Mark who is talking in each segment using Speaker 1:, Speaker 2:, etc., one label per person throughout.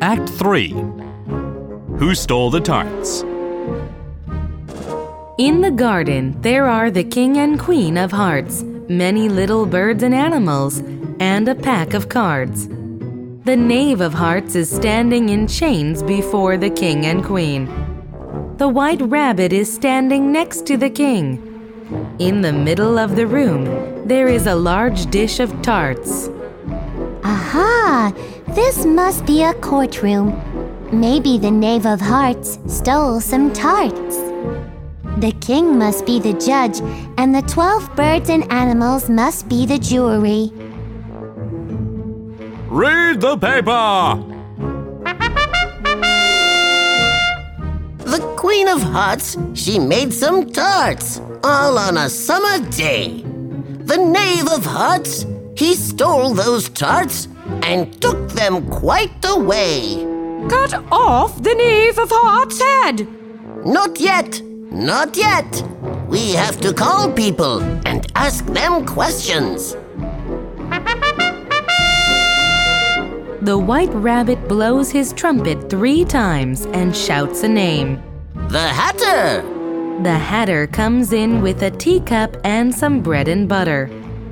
Speaker 1: Act 3 Who Stole the Tarts?
Speaker 2: In the garden, there are the king and queen of hearts, many little birds and animals, and a pack of cards. The knave of hearts is standing in chains before the king and queen. The white rabbit is standing next to the king. In the middle of the room, there is a large dish of tarts.
Speaker 3: Aha! This must be a courtroom. Maybe the Knave of Hearts stole some tarts. The king must be the judge, and the twelve birds and animals must be the jury.
Speaker 1: Read the paper!
Speaker 4: The Queen of Hearts, she made some tarts, all on a summer day. The Knave of Hearts, he stole those tarts and took them quite away.
Speaker 5: Cut off the knave of Heart's head!
Speaker 4: Not yet, not yet. We have to call people and ask them questions.
Speaker 2: The white rabbit blows his trumpet three times and shouts a name.
Speaker 4: The Hatter,
Speaker 2: The hatter comes in with a teacup and some bread and butter.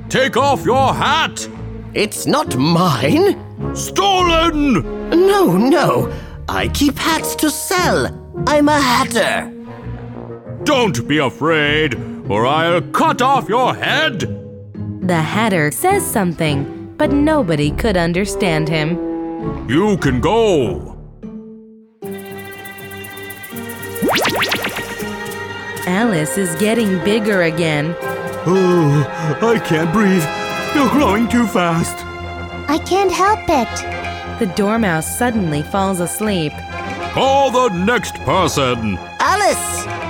Speaker 1: Take off your hat!
Speaker 4: it's not mine.
Speaker 1: Stolen!
Speaker 4: No, no. I keep hats to sell. I'm a hatter.
Speaker 1: Don't be afraid, or I'll cut off your head!
Speaker 2: The hatter says something, but nobody could understand him.
Speaker 1: You can go!
Speaker 2: Alice is getting bigger again.
Speaker 1: Oh, I can't breathe. You're growing too fast.
Speaker 3: I can't help it.
Speaker 2: The dormouse suddenly falls asleep.
Speaker 1: Call the next person.
Speaker 4: Alice,